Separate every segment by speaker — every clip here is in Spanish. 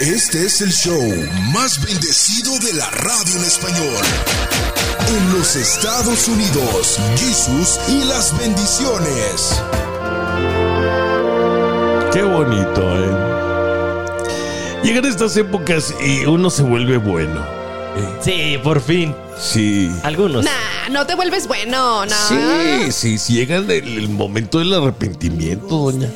Speaker 1: Este es el show más bendecido de la radio en español. En los Estados Unidos, Jesús y las bendiciones.
Speaker 2: Qué bonito, ¿eh? Llegan estas épocas y uno se vuelve bueno.
Speaker 3: Sí, por fin.
Speaker 2: Sí.
Speaker 3: Algunos.
Speaker 4: Nah, no te vuelves bueno, no.
Speaker 2: Sí, sí, sí, llega el, el momento del arrepentimiento, doña.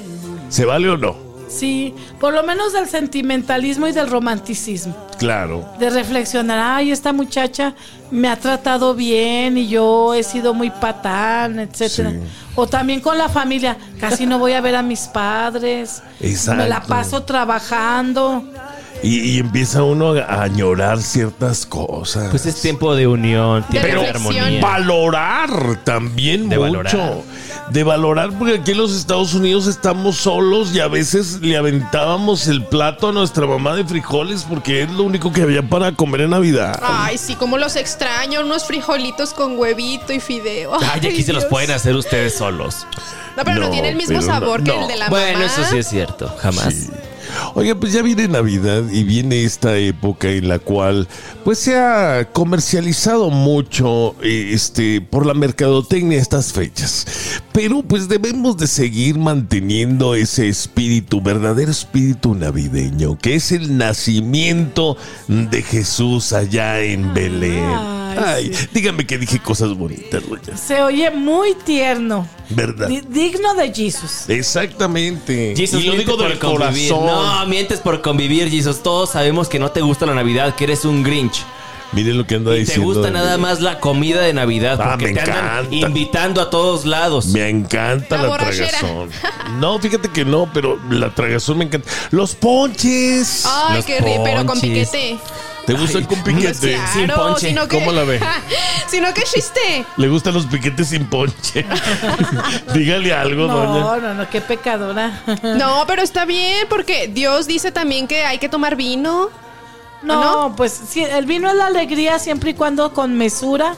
Speaker 2: ¿Se vale o no?
Speaker 5: Sí, por lo menos del sentimentalismo y del romanticismo.
Speaker 2: Claro.
Speaker 5: De reflexionar, ay, esta muchacha me ha tratado bien y yo he sido muy patán, etcétera.
Speaker 2: Sí.
Speaker 5: O también con la familia, casi no voy a ver a mis padres.
Speaker 2: Exacto.
Speaker 5: Me la paso trabajando.
Speaker 2: Y, y empieza uno a a añorar ciertas cosas.
Speaker 3: Pues es tiempo de unión, tiempo de,
Speaker 4: Pero-
Speaker 3: armonía.
Speaker 2: valorar también
Speaker 3: De
Speaker 2: mucho.
Speaker 3: valorar.
Speaker 2: De valorar, porque aquí en los Estados Unidos estamos solos y a veces le aventábamos el plato a nuestra mamá de frijoles porque es lo único que había para comer en Navidad.
Speaker 4: Ay, sí, como los extraño, unos frijolitos con huevito y fideo.
Speaker 3: Ay, aquí se los
Speaker 4: Dios.
Speaker 3: pueden hacer ustedes solos.
Speaker 4: No, pero no,
Speaker 2: No,
Speaker 4: tiene el mismo
Speaker 2: pero no,
Speaker 4: sabor que
Speaker 2: no.
Speaker 4: el de la
Speaker 3: bueno,
Speaker 4: mamá.
Speaker 3: eso sí es cierto. Jamás.
Speaker 2: Sí. Oiga, pues ya viene Navidad y viene esta época en la cual pues se ha comercializado mucho eh, este por la mercadotecnia estas fechas. Pero pues debemos de seguir manteniendo ese espíritu, verdadero espíritu navideño, que es el nacimiento de Jesús allá en Belén. Ay,
Speaker 5: Ay, sí.
Speaker 2: dígame que dije cosas bonitas, Royas.
Speaker 5: Se oye muy tierno.
Speaker 2: ¿Verdad?
Speaker 5: Di- Digno de Jesus.
Speaker 2: Exactamente.
Speaker 3: Jesus,
Speaker 2: y lo
Speaker 3: mientes
Speaker 2: digo
Speaker 3: por
Speaker 2: del
Speaker 3: convivir.
Speaker 2: corazón.
Speaker 3: No, mientes por convivir, Jesus. Todos sabemos que no te gusta la Navidad, que eres un Grinch.
Speaker 2: Miren lo que anda
Speaker 3: Y te
Speaker 2: diciendo.
Speaker 3: gusta nada más la comida de Navidad.
Speaker 2: Ah,
Speaker 3: Porque
Speaker 2: me
Speaker 3: te andan
Speaker 2: encanta.
Speaker 3: invitando a todos lados.
Speaker 2: Me encanta
Speaker 4: La
Speaker 2: la,
Speaker 4: borrachera.
Speaker 2: tragazón. No, fíjate que no, pero la tragazón me encanta. Los ponches.
Speaker 4: Ay,
Speaker 3: Los
Speaker 4: qué rico, pero con
Speaker 3: ponches.
Speaker 4: piquete. Pues
Speaker 2: ¿Te gustan
Speaker 3: Ay,
Speaker 2: con piquete?
Speaker 4: Claro,
Speaker 3: Sin ponche.
Speaker 4: sino que-
Speaker 2: ¿Cómo la ve?
Speaker 4: sino que chiste.
Speaker 2: ¿Le gustan los piquetes sin ponche? Dígale algo, doña.
Speaker 5: No, no, no, qué pecadora.
Speaker 4: No, pero está bien, porque Dios dice también que hay que tomar vino.
Speaker 5: No, pues sí, el vino es la alegría siempre y cuando con mesura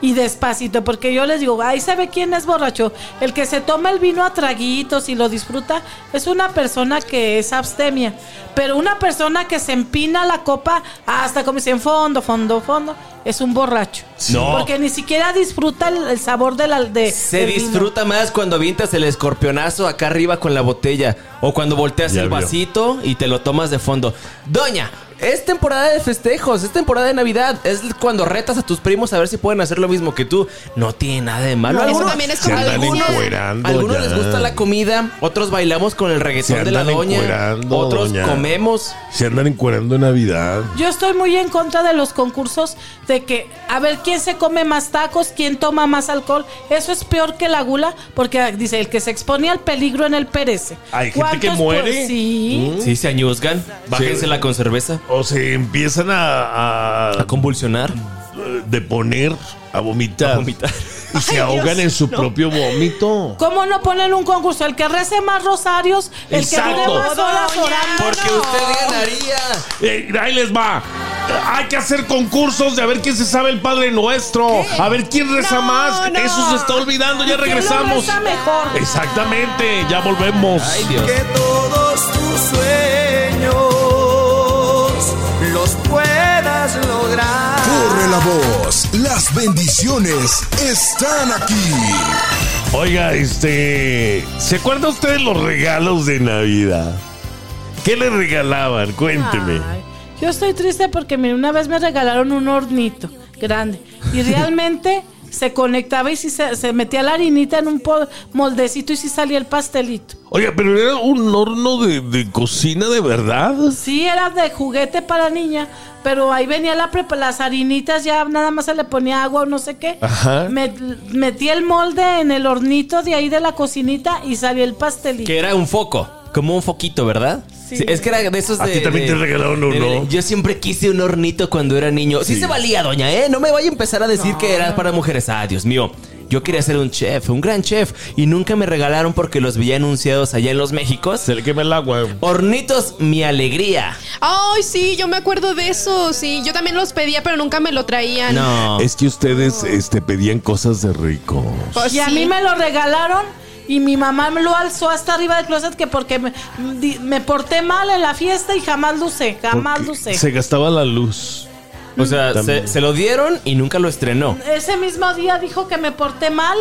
Speaker 5: y despacito, porque yo les digo, ahí se ve quién es borracho. El que se toma el vino a traguitos y lo disfruta es una persona que es abstemia, pero una persona que se empina la copa hasta como dicen fondo, fondo, fondo, es un borracho.
Speaker 3: No.
Speaker 5: Porque ni siquiera disfruta el, el sabor del al- de,
Speaker 3: Se
Speaker 5: del vino.
Speaker 3: disfruta más cuando avientas el escorpionazo acá arriba con la botella o cuando volteas
Speaker 2: Ya
Speaker 3: el
Speaker 2: vio.
Speaker 3: vasito y te lo tomas de fondo. Doña, es temporada de festejos, es temporada de Navidad, es cuando retas a tus primos a ver si pueden hacer lo mismo que tú. No tiene nada de malo.
Speaker 4: Eso
Speaker 3: Algunos-
Speaker 4: también es
Speaker 2: Se
Speaker 4: como
Speaker 2: andan
Speaker 4: algunos-
Speaker 2: encuerando.
Speaker 3: algunos
Speaker 2: ya.
Speaker 3: les gusta la comida, otros bailamos con el reggaetón
Speaker 2: Se
Speaker 3: de la
Speaker 2: andan
Speaker 3: doña,
Speaker 2: encuerando,
Speaker 3: otros
Speaker 2: doña.
Speaker 3: comemos.
Speaker 2: Se andan encuerando en Navidad.
Speaker 5: Yo estoy muy en contra de los concursos de que a ver quién se come más tacos, quién toma más alcohol. Eso es peor que la gula, porque ah, dice el que se expone al peligro en el perece.
Speaker 2: Hay gente que
Speaker 5: ¿Cuántos,
Speaker 2: muere?
Speaker 5: pues, sí.
Speaker 2: ¿Mm?
Speaker 3: Sí, se añuzgan, bájensela con cerveza,
Speaker 2: O se empiezan a, a-
Speaker 3: a convulsionar.
Speaker 2: Mm. de poner a vomitar.
Speaker 3: A vomitar.
Speaker 2: Y se ahogan en su propio vómito.
Speaker 5: ¿Cómo no ponen un concurso? El que rece más rosarios, el
Speaker 2: Exacto.
Speaker 5: que dure más horas
Speaker 4: Doña.
Speaker 5: orando.
Speaker 3: Porque
Speaker 4: no.
Speaker 3: usted ganaría.
Speaker 2: Eh, ahí les va. Hay que hacer concursos de a ver quién se sabe el Padre Nuestro. A ver quién reza
Speaker 4: No,
Speaker 2: más.
Speaker 4: no.
Speaker 2: Eso se está olvidando. Ya
Speaker 5: ¿Quién lo
Speaker 2: regresamos.
Speaker 5: reza mejor?
Speaker 2: Exactamente. Ya volvemos.
Speaker 3: Ay, Dios.
Speaker 6: que todos tus sueños los puedas lograr.
Speaker 1: Corre la voz, las bendiciones están aquí.
Speaker 2: Oiga, este. ¿Se acuerdan ustedes los regalos de Navidad? ¿Qué le regalaban? Cuénteme.
Speaker 5: Ay, yo estoy triste porque mira, una vez me regalaron un hornito grande y realmente se conectaba y sí se, se metía la harinita en un po- moldecito y sí salía el pastelito.
Speaker 2: Oiga, pero era un horno de, de cocina de verdad.
Speaker 5: Sí, era de juguete para niña, pero ahí venía la prepa- las harinitas, ya nada más se le ponía agua o no sé qué.
Speaker 2: Ajá.
Speaker 5: Me- metí el molde en el hornito de ahí de la cocinita y salió el pastelito.
Speaker 3: Que era un foco, como un foquito, ¿verdad?
Speaker 5: Sí.
Speaker 3: Sí, Es que era de esos
Speaker 2: A
Speaker 3: de...
Speaker 2: ti también
Speaker 3: de-
Speaker 2: te regalaron uno.
Speaker 3: yo siempre quise un hornito cuando era niño. Sí, se valía, doña, ¿eh? No me vaya a empezar a decir que era para mujeres. Ah, Dios mío. Yo quería ser un chef, un gran chef. Y nunca me regalaron porque los veía anunciados allá en los Méxicos.
Speaker 2: Se le quema el agua.
Speaker 3: Hornitos, mi alegría.
Speaker 4: Ay, sí, yo me acuerdo de eso, sí. Yo también los pedía, pero nunca me lo traían.
Speaker 3: No.
Speaker 2: Ah. Eh, Es que ustedes este, pedían cosas de ricos.
Speaker 4: Pues
Speaker 5: y a
Speaker 4: sí.
Speaker 5: mí me lo regalaron Y mi mamá me lo alzó hasta arriba del closet que porque me, di- me porté mal en la fiesta y jamás lucé, jamás
Speaker 2: Porque
Speaker 5: lucé.
Speaker 2: Se gastaba la luz.
Speaker 3: O sea, se,
Speaker 2: También.
Speaker 3: se lo dieron y nunca lo estrenó.
Speaker 5: Ese mismo día dijo que me porté mal,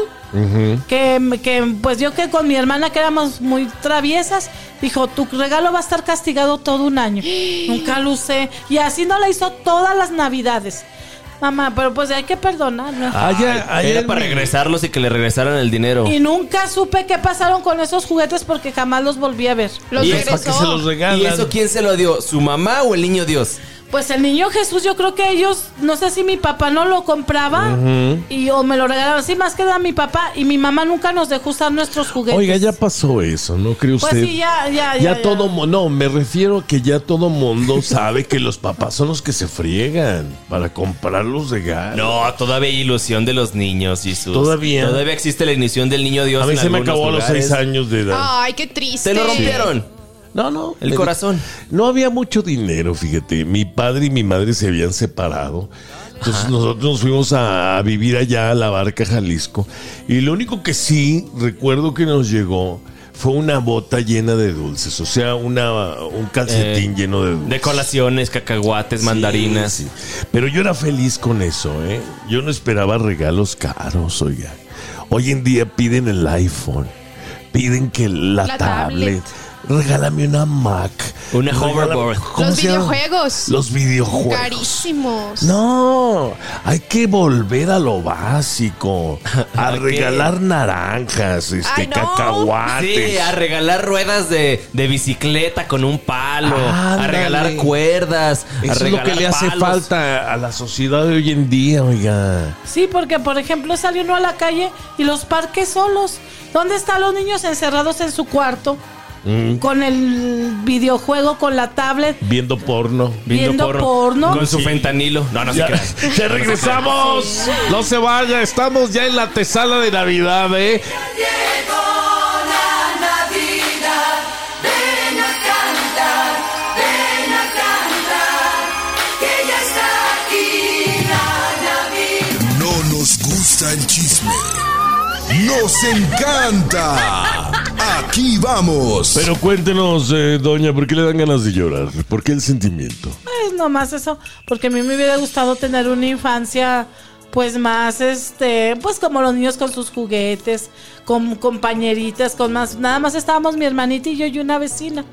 Speaker 5: que, me- que, pues yo que con mi hermana que éramos muy traviesas, dijo, tu regalo va a estar castigado todo un año. Nunca lucé. Y así no la hizo todas las navidades. Mamá, pero pues hay que perdonar, ¿no?
Speaker 2: Ah, ya-
Speaker 3: Ay,
Speaker 2: ayer
Speaker 3: era para
Speaker 2: me-
Speaker 3: regresarlos y que le regresaran el dinero.
Speaker 5: Y nunca supe qué pasaron con esos juguetes porque jamás los volví a ver.
Speaker 4: Los
Speaker 3: Y es
Speaker 2: ¿Para qué se los
Speaker 4: regresó.
Speaker 2: regalan?
Speaker 3: ¿Y eso quién se lo dio? ¿Su mamá o el niño Dios?
Speaker 5: Pues el niño Jesús, yo creo que ellos, no sé si mi papá no lo compraba y o me lo regalaban, sí, más que nada mi papá y mi mamá nunca nos dejó usar nuestros juguetes.
Speaker 2: Oiga, ya pasó eso, ¿no cree usted?
Speaker 5: Pues sí, ya, ya,
Speaker 2: Ya,
Speaker 5: ya.
Speaker 2: todo mundo, no, me refiero a que ya todo mundo sabe que los papás son los que se friegan para comprar los regalos.
Speaker 3: No, todavía hay ilusión de los niños, Jesús.
Speaker 2: Todavía.
Speaker 3: Todavía existe la ilusión del niño Dios.
Speaker 2: a mí
Speaker 3: en
Speaker 2: se me
Speaker 3: algunos
Speaker 2: acabó a los
Speaker 3: lugares.
Speaker 2: seis años de edad.
Speaker 4: Ay, qué triste.
Speaker 3: Te lo rompieron.
Speaker 2: No, no.
Speaker 3: El
Speaker 2: me-
Speaker 3: corazón.
Speaker 2: No había mucho dinero, fíjate. Mi padre y mi madre se habían separado. Entonces nosotros nos fuimos a, a vivir allá a la barca Jalisco. Y lo único que sí recuerdo que nos llegó fue una bota llena de dulces. O sea, una, un calcetín
Speaker 3: Eh,
Speaker 2: lleno de dulces.
Speaker 3: De colaciones, cacahuates, mandarinas.
Speaker 2: Sí, sí. Pero yo era feliz con eso, ¿eh? Yo no esperaba regalos caros, oiga. Hoy en día piden el iPhone, piden que la,
Speaker 4: La
Speaker 2: tablet.
Speaker 4: tablet.
Speaker 2: regálame una Mac.
Speaker 3: Una
Speaker 2: regálame-
Speaker 3: hoverboard.
Speaker 2: ¿Cómo
Speaker 4: Los
Speaker 2: se llama?
Speaker 4: videojuegos.
Speaker 2: Los videojuegos.
Speaker 4: Carísimos.
Speaker 2: No, hay que volver a lo básico, a
Speaker 3: ¿A qué?
Speaker 2: regalar naranjas, este,
Speaker 4: Ay, Ah, no.
Speaker 2: cacahuates.
Speaker 3: Sí, a regalar ruedas de, de bicicleta con un palo, a
Speaker 2: Ándale.
Speaker 3: regalar cuerdas, a
Speaker 2: Eso es lo
Speaker 3: regalar
Speaker 2: que le hace
Speaker 3: palos.
Speaker 2: falta a la sociedad de hoy en día, oiga.
Speaker 5: Sí, porque por ejemplo salió uno a la calle y los parques solos. ¿Dónde están los niños encerrados en su cuarto? Con el videojuego, con la tablet.
Speaker 2: Viendo porno.
Speaker 5: Viendo porno.
Speaker 3: Con su fentanilo. No, no se
Speaker 2: Ya,
Speaker 3: crean.
Speaker 2: ya regresamos. No se vaya, estamos ya en la tesala de Navidad, ¿eh?
Speaker 1: No nos gusta el chisme. Nos encanta. Aquí vamos.
Speaker 2: Pero cuéntenos, eh, doña, ¿por qué le dan ganas de llorar? ¿Por qué el sentimiento?
Speaker 5: Pues nomás eso, porque a mí me hubiera gustado tener una infancia pues más este, pues como los niños con sus juguetes, con compañeritas, con más, nada más estábamos mi hermanita y yo y una vecina.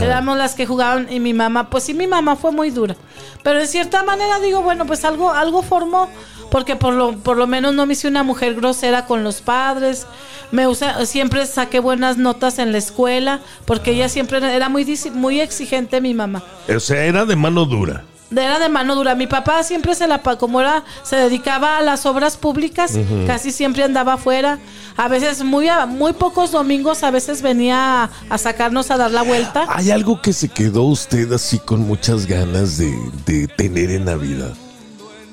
Speaker 5: Éramos las que jugaban y mi mamá, pues sí mi mamá fue muy dura, pero en cierta manera digo, bueno, pues algo algo formó porque por lo por lo menos no me hice una mujer grosera con los padres. Me usa, siempre saqué buenas notas en la escuela porque ella siempre era- era muy disi- muy exigente mi mamá.
Speaker 2: O sea, era de mano dura.
Speaker 5: Era de mano dura. Mi papá siempre se la pa- como era, se dedicaba a las obras públicas, casi siempre andaba afuera. A veces muy a- muy pocos domingos, a veces venía a, a sacarnos a dar la vuelta.
Speaker 2: ¿Hay algo que se quedó usted así con muchas ganas de, de tener en Navidad?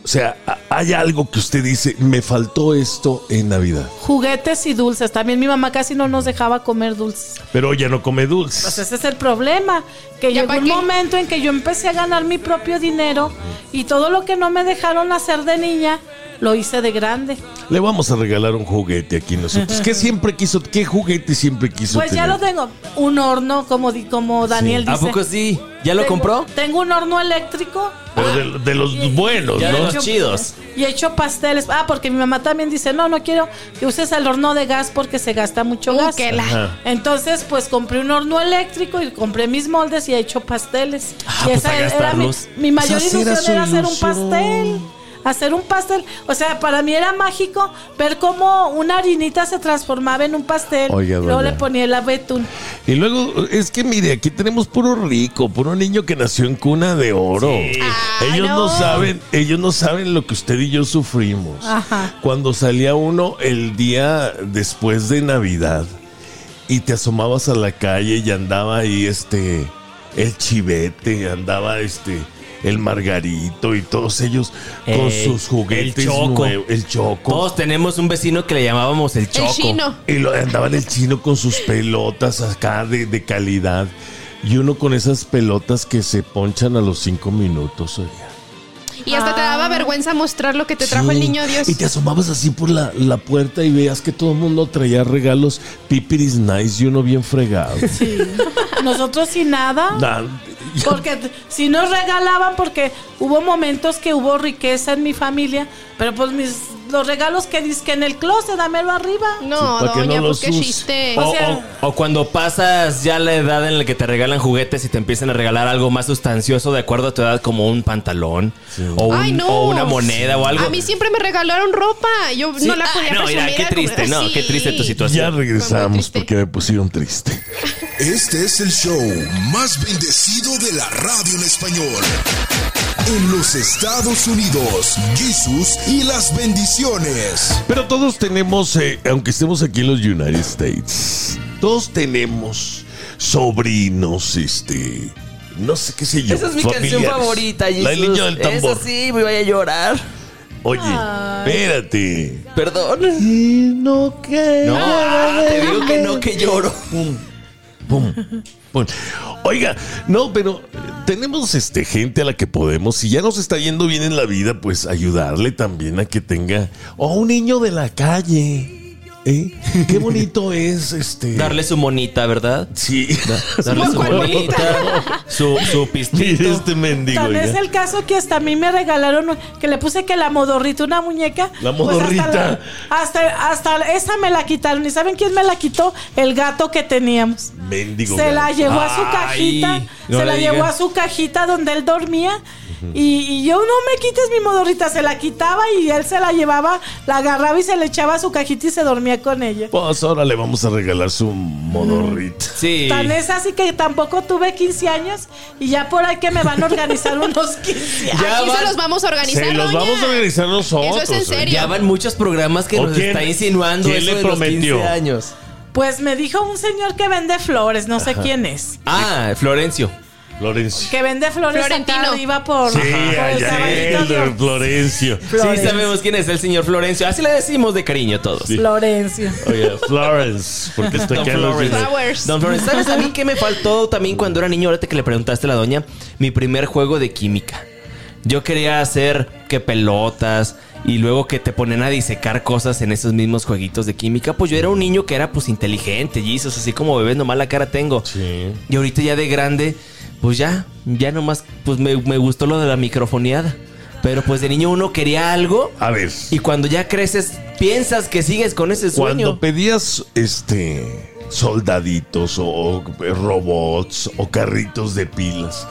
Speaker 2: O sea, a- ¿hay algo que usted dice, me faltó esto en Navidad?
Speaker 5: Juguetes y dulces. También mi mamá casi no nos dejaba comer dulces.
Speaker 2: Pero ya no come
Speaker 5: Pues
Speaker 2: dulces.
Speaker 5: ese es el problema, que
Speaker 4: ¿Ya
Speaker 5: llegó
Speaker 4: pa'
Speaker 5: un
Speaker 4: qué?
Speaker 5: momento en que yo empecé a ganar mi propio dinero y todo lo que no me dejaron hacer de niña lo hice de grande.
Speaker 2: Le vamos a regalar un juguete aquí nosotros. ¿Qué siempre quiso? ¿Qué juguete siempre quiso
Speaker 5: Pues ya
Speaker 2: tener?
Speaker 5: lo tengo, un horno como di- como Daniel
Speaker 3: ¿A
Speaker 5: dice.
Speaker 3: poco sí? ¿Ya lo
Speaker 5: Tengo-
Speaker 3: compró?
Speaker 5: Tengo un horno eléctrico.
Speaker 2: Pero de, de los buenos,
Speaker 3: Ya de
Speaker 2: ¿no?
Speaker 3: los chidos.
Speaker 5: Y he hecho pasteles. Ah, porque mi mamá también dice, no, no quiero que uses el horno de gas porque se gasta mucho
Speaker 4: Uh,
Speaker 5: gas.
Speaker 4: que la-
Speaker 2: Ajá.
Speaker 5: Entonces, pues compré un horno eléctrico y compré mis moldes y he hecho pasteles.
Speaker 3: Ah,
Speaker 5: y
Speaker 3: pues, a
Speaker 5: era mi,
Speaker 3: gastarlos.
Speaker 5: mi mayor
Speaker 2: Esa era su
Speaker 5: ilusión era hacer un
Speaker 2: ilusión.
Speaker 5: pastel. Hacer un pastel. O sea, para mí era mágico ver cómo una harinita se transformaba en un pastel.
Speaker 2: Oiga,
Speaker 5: Luego
Speaker 2: doña.
Speaker 5: le ponía el abetún.
Speaker 2: Y luego, es que mire, aquí tenemos puro rico, puro niño que nació en cuna de oro.
Speaker 4: Ay,
Speaker 2: Ellos no.
Speaker 4: no.
Speaker 2: saben, ellos no saben lo que usted y yo sufrimos.
Speaker 5: Ajá.
Speaker 2: Cuando salía uno el día después de Navidad y te asomabas a la calle y andaba ahí este el chivete, andaba este el margarito y todos ellos con
Speaker 3: Eh,
Speaker 2: sus juguetes
Speaker 3: el Choco.
Speaker 2: nuevos, el choco.
Speaker 3: Todos tenemos un vecino que le llamábamos el
Speaker 4: El
Speaker 3: Choco.
Speaker 4: chino.
Speaker 2: Y lo, andaba en el chino con sus pelotas acá de, de calidad. Y uno con esas pelotas que se ponchan a los cinco minutos, oiga.
Speaker 4: Y hasta te
Speaker 3: Ah.
Speaker 4: daba vergüenza mostrar lo que te trajo el
Speaker 2: Sí.
Speaker 4: niño Dios.
Speaker 2: Y te asomabas así por la, la puerta y veías que todo el mundo traía regalos pipiris nice y uno bien fregado.
Speaker 5: Sí. Nosotros sin nada.
Speaker 2: Nah,
Speaker 4: Pues
Speaker 2: ya-
Speaker 5: Porque t- si nos regalaban, porque hubo momentos que hubo riqueza en mi familia, pero pues mis los regalos que dizque en el closet, dámelo arriba.
Speaker 4: No,
Speaker 2: Para que no
Speaker 4: doña,
Speaker 2: los Oh,
Speaker 4: ¿por qué
Speaker 2: use.
Speaker 4: chiste?
Speaker 3: O,
Speaker 5: O sea-
Speaker 3: o- o cuando pasas ya la edad en la que te regalan juguetes y te empiezan a regalar algo más sustancioso de acuerdo a tu edad, como un pantalón o, un-
Speaker 4: Ay, no.
Speaker 3: o una moneda o algo.
Speaker 4: A mí siempre me regalaron ropa. Yo
Speaker 3: Sí.
Speaker 4: no la
Speaker 3: Ah,
Speaker 4: podía
Speaker 3: no, mira,
Speaker 4: presumir.
Speaker 3: qué
Speaker 4: era como-
Speaker 3: triste, no, qué triste tu
Speaker 4: Sí.
Speaker 2: ya
Speaker 3: situación.
Speaker 2: regresamos
Speaker 4: triste.
Speaker 2: porque me pusieron triste.
Speaker 1: Este es el show más bendecido de la radio en español. En los Estados Unidos, Jesús y las bendiciones.
Speaker 2: Pero todos tenemos, eh, aunque estemos aquí en los United States, todos tenemos sobrinos, este, no sé qué sé yo. familiares. La del niño del tambor.
Speaker 3: sí, me voy a llorar.
Speaker 2: Oye, espérate.
Speaker 3: Perdón.
Speaker 2: Y no que.
Speaker 3: No, ah, te digo que no, que lloro.
Speaker 2: Pum, pum. Oiga, no, pero eh, tenemos este gente a la que podemos, si ya nos está yendo bien en la vida, pues ayudarle también a que tenga o a un niño de la calle. ¿eh? Qué bonito es este
Speaker 3: Darle su monita, ¿verdad?
Speaker 2: sí.
Speaker 3: Darle su
Speaker 4: ¿Cuál monita?
Speaker 3: monita, su, su
Speaker 2: Mira
Speaker 3: pistito.
Speaker 2: este mendigo.
Speaker 5: Tan es
Speaker 2: oiga.
Speaker 5: el caso que hasta a mí me regalaron un- que le puse que la modorrita, una muñeca.
Speaker 2: La
Speaker 5: pues, hasta
Speaker 2: modorrita.
Speaker 5: la- hasta, hasta, esa me la quitaron. ¿Y saben quién me la quitó? El gato que teníamos.
Speaker 2: Mendigo.
Speaker 5: se la
Speaker 2: gato.
Speaker 5: llevó a su
Speaker 3: Ay,
Speaker 5: cajita.
Speaker 3: no
Speaker 5: se
Speaker 3: le
Speaker 5: la llevó
Speaker 3: digas.
Speaker 5: a su cajita donde él dormía. Y, y yo, no me quites mi modorrita. Se la quitaba y él se la llevaba, la agarraba y se le echaba a su cajita y se dormía con ella.
Speaker 2: Pues ahora le vamos a regalar su modorrita.
Speaker 3: Sí.
Speaker 5: Tan es así que tampoco tuve 15 años y ya por ahí que me van a organizar unos 15 años.
Speaker 3: Ya
Speaker 4: Aquí
Speaker 3: van-
Speaker 4: se los vamos a organizar.
Speaker 2: Se los
Speaker 4: doña.
Speaker 2: vamos a organizar nosotros.
Speaker 4: Eso es en
Speaker 2: oiga.
Speaker 4: serio.
Speaker 3: Ya van muchos programas que
Speaker 2: ¿O
Speaker 3: nos
Speaker 2: quién-
Speaker 3: está insinuando
Speaker 2: quién
Speaker 3: eso
Speaker 2: le
Speaker 3: de los 15
Speaker 2: prometió?
Speaker 3: años.
Speaker 5: Pues me dijo un señor que vende flores, no sé quién es.
Speaker 3: Ah, Florencio.
Speaker 2: Florencio.
Speaker 5: Que vende flores
Speaker 4: Florentino.
Speaker 5: acá arriba por,
Speaker 2: Sí,
Speaker 5: por el
Speaker 2: allá
Speaker 5: Caballito
Speaker 2: él, pues,
Speaker 5: de
Speaker 2: don
Speaker 5: Or-
Speaker 2: Florencio.
Speaker 5: Florencio.
Speaker 3: Sí, sabemos quién es el señor Florencio. Así le decimos de cariño a todos.
Speaker 5: Florencio.
Speaker 2: Oye, Florence, porque está
Speaker 3: Don
Speaker 2: aquí en los
Speaker 3: Florence.
Speaker 2: United-
Speaker 4: Flowers.
Speaker 3: Don Florence, ¿sabes a mí qué me faltó también cuando era niño? Ahorita que le preguntaste a la doña, mi primer juego de química. Yo quería hacer que pelotas y luego que te ponen a disecar cosas en esos mismos jueguitos de química. Pues yo era un niño que era pues inteligente, Jesus, así como bebés, nomás la cara tengo.
Speaker 2: Sí.
Speaker 3: Y ahorita ya de grande, pues ya, ya nomás, pues me, me gustó lo de la microfoneada. Pero pues de niño uno quería algo
Speaker 2: A ver,
Speaker 3: y cuando ya creces piensas que sigues con ese
Speaker 2: cuando
Speaker 3: sueño.
Speaker 2: pedías este soldaditos o, o eh, robots o carritos de pilas.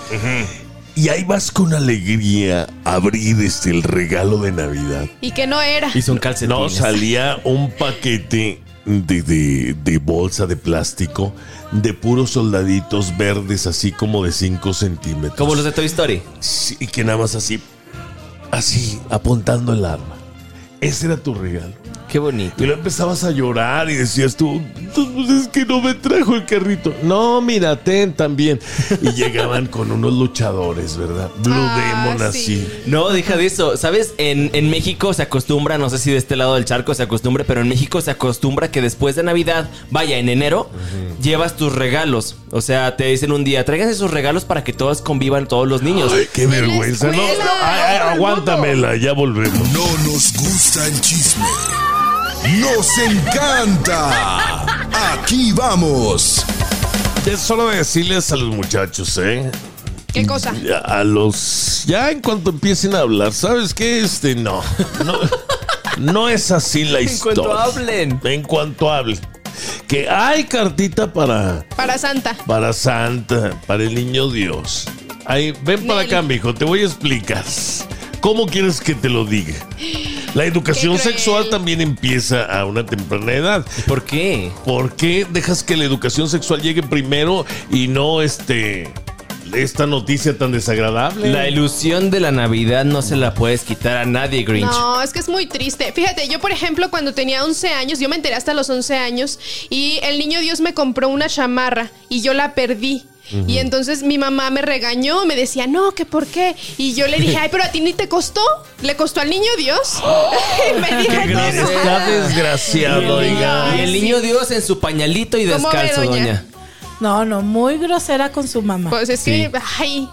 Speaker 2: Y ahí vas con alegría a abrir este el regalo de Navidad.
Speaker 4: Y que no era.
Speaker 3: Y son calcetines.
Speaker 2: No, salía un paquete de, de- de bolsa de plástico de puros soldaditos verdes, así como de 5 centímetros.
Speaker 3: Como los de Toy Story.
Speaker 2: Sí, y que nada más así, así, apuntando el arma. Ese era tu regalo.
Speaker 3: Qué bonito.
Speaker 2: Y luego empezabas a llorar y decías tú, "Pues es que no me trajo el carrito. No, mira, ten también. Y llegaban con unos luchadores, ¿verdad? Blue
Speaker 4: Ah,
Speaker 2: Demon
Speaker 4: sí.
Speaker 2: así.
Speaker 3: No, deja de eso. ¿Sabes? En, en México se acostumbra, no sé si de este lado del charco se acostumbra, pero en México se acostumbra que después de Navidad, vaya, en enero, llevas tus regalos. O sea, te dicen un día, tráiganse sus regalos para que todos convivan, todos los niños.
Speaker 2: Ay, qué
Speaker 4: la
Speaker 2: vergüenza. No,
Speaker 4: escuela,
Speaker 2: Ay, ay,
Speaker 4: todo el mundo.
Speaker 2: aguántamela, ya volvemos.
Speaker 1: No nos gusta el chisme. Nos encanta. Aquí vamos.
Speaker 2: Es solo decirles a los muchachos, ¿eh?
Speaker 4: ¿Qué cosa?
Speaker 2: Ya, A los. Ya en cuanto empiecen a hablar, ¿sabes qué? Este, no. No, no es así la
Speaker 3: En cuanto
Speaker 2: historia.
Speaker 3: hablen.
Speaker 2: En cuanto hablen. Que hay cartita para,
Speaker 4: Para Santa.
Speaker 2: para Santa, para el niño Dios. Ahí, ven para
Speaker 4: Nel.
Speaker 2: acá, mijo, te voy a explicar. ¿Cómo quieres que te lo diga? La educación
Speaker 4: Qué cruel.
Speaker 2: sexual también empieza a una temprana edad.
Speaker 3: ¿Por qué?
Speaker 2: ¿Por qué dejas que la educación sexual llegue primero y no este esta noticia tan desagradable?
Speaker 3: La ilusión de la Navidad no se la puedes quitar a nadie, Grinch.
Speaker 4: No, es que es muy triste. Fíjate, yo por ejemplo cuando tenía 11 años, yo me enteré hasta los 11 años y el niño Dios me compró una chamarra y yo la perdí. Y entonces mi mamá me regañó, me decía, no, que por qué. Y yo le dije, ay, pero a ti ni te costó. Le costó al niño Dios. Y me dijo,
Speaker 3: Qué grosera.
Speaker 4: "No,
Speaker 2: ¡Oh! Está desgraciado, oiga.
Speaker 3: Y el niño Dios en su pañalito y
Speaker 4: ¿Cómo ve,
Speaker 3: descalzo,
Speaker 4: doña?
Speaker 3: doña.
Speaker 5: No, no, muy grosera con su mamá.
Speaker 4: Pues es que, ay,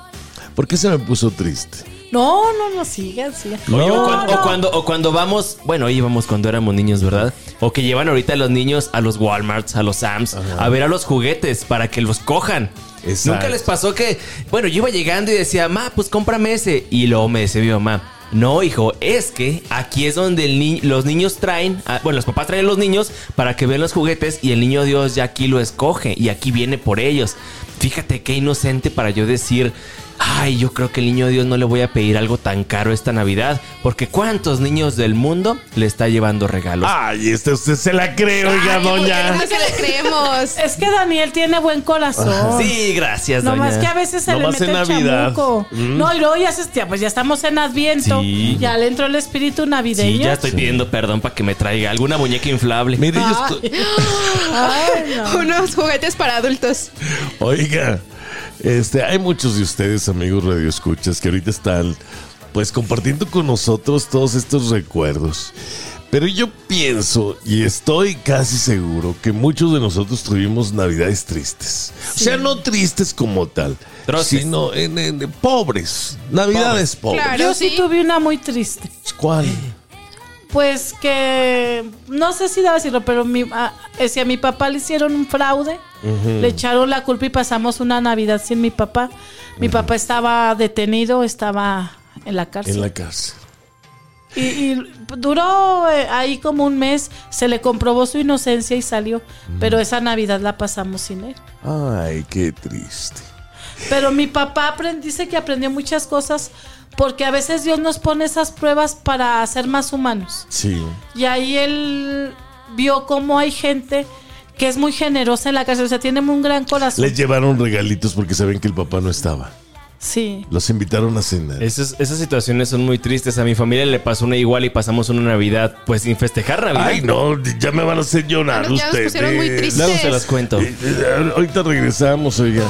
Speaker 2: ¿Por qué se me puso triste?
Speaker 5: No, no, no, sigan, sigan.
Speaker 3: Oye,
Speaker 2: No,
Speaker 3: o, cuan- o cuando, o cuando vamos, bueno, íbamos cuando éramos niños, ¿verdad? O que llevan ahorita a los niños a los Walmarts, a los Sams, a ver a los juguetes para que los cojan.
Speaker 2: Exacto.
Speaker 3: Nunca les pasó que, bueno, yo iba llegando y decía, ma, pues cómprame ese. Y luego me decía mi mamá, no, hijo, es que aquí es donde el ni- los niños traen, a- bueno, los papás traen a los niños para que vean los juguetes y el niño Dios ya aquí lo escoge y aquí viene por ellos. Fíjate qué inocente para yo decir, Ay, yo creo que el niño Dios no le voy a pedir algo tan caro esta Navidad, porque ¿cuántos niños del mundo le está llevando regalos?
Speaker 2: Ay, este usted se la cree, oiga,
Speaker 4: Ay, ¿por qué
Speaker 2: doña.
Speaker 4: no se la creemos.
Speaker 5: Es que Daniel tiene buen corazón.
Speaker 3: sí, gracias,
Speaker 5: No
Speaker 3: doña.
Speaker 5: más que a veces se le
Speaker 2: Nomás
Speaker 5: mete
Speaker 2: en
Speaker 5: el
Speaker 2: Navidad.
Speaker 5: chamuco.
Speaker 2: Mm.
Speaker 5: No, y luego ya, se, ya, pues ya estamos en Adviento.
Speaker 2: Sí.
Speaker 5: Ya le entró el espíritu navideño.
Speaker 3: Sí, ya estoy pidiendo perdón para que me traiga alguna muñeca inflable.
Speaker 2: Mire, yo
Speaker 4: Ah.
Speaker 2: estoy-
Speaker 5: Ay, no.
Speaker 4: Unos juguetes para adultos.
Speaker 2: Oiga, este, hay muchos de ustedes, amigos radioescuchas, que ahorita están pues compartiendo con nosotros todos estos recuerdos. Pero yo pienso y estoy casi seguro que muchos de nosotros tuvimos navidades tristes. O sea, no tristes como tal,
Speaker 3: Troces.
Speaker 2: sino en, en- pobres. Navidades pobres.
Speaker 4: Claro,
Speaker 5: Yo sí.
Speaker 4: sí.
Speaker 5: tuve una muy triste.
Speaker 2: ¿Cuál?
Speaker 5: Pues que no sé si debo decirlo, pero mi, a, es que a mi papá le hicieron un fraude, le echaron la culpa y pasamos una Navidad sin mi papá. Mi papá estaba detenido, estaba en la cárcel.
Speaker 2: En la cárcel.
Speaker 5: Y, y duró eh, ahí como un mes, se le comprobó su inocencia y salió, pero esa Navidad la pasamos sin él.
Speaker 2: Ay, qué triste.
Speaker 5: Pero mi papá aprend- dice que aprendió muchas cosas porque a veces Dios nos pone esas pruebas para ser más humanos.
Speaker 2: Sí.
Speaker 5: Y ahí él vio cómo hay gente que es muy generosa en la casa, o sea, tiene un gran corazón.
Speaker 2: Les llevaron regalitos porque saben que el papá no estaba.
Speaker 5: Sí.
Speaker 2: Los invitaron a cenar.
Speaker 3: Esas, esas situaciones son muy tristes. A mi familia le pasó una igual y pasamos una Navidad, pues sin festejar Navidad.
Speaker 2: Ay, no, ya me van a hacer llorar
Speaker 4: Ya nos
Speaker 2: ustedes.
Speaker 4: pusieron muy tristes.
Speaker 3: Luego se las cuento.
Speaker 2: Eh, eh, Ahorita regresamos, oiga.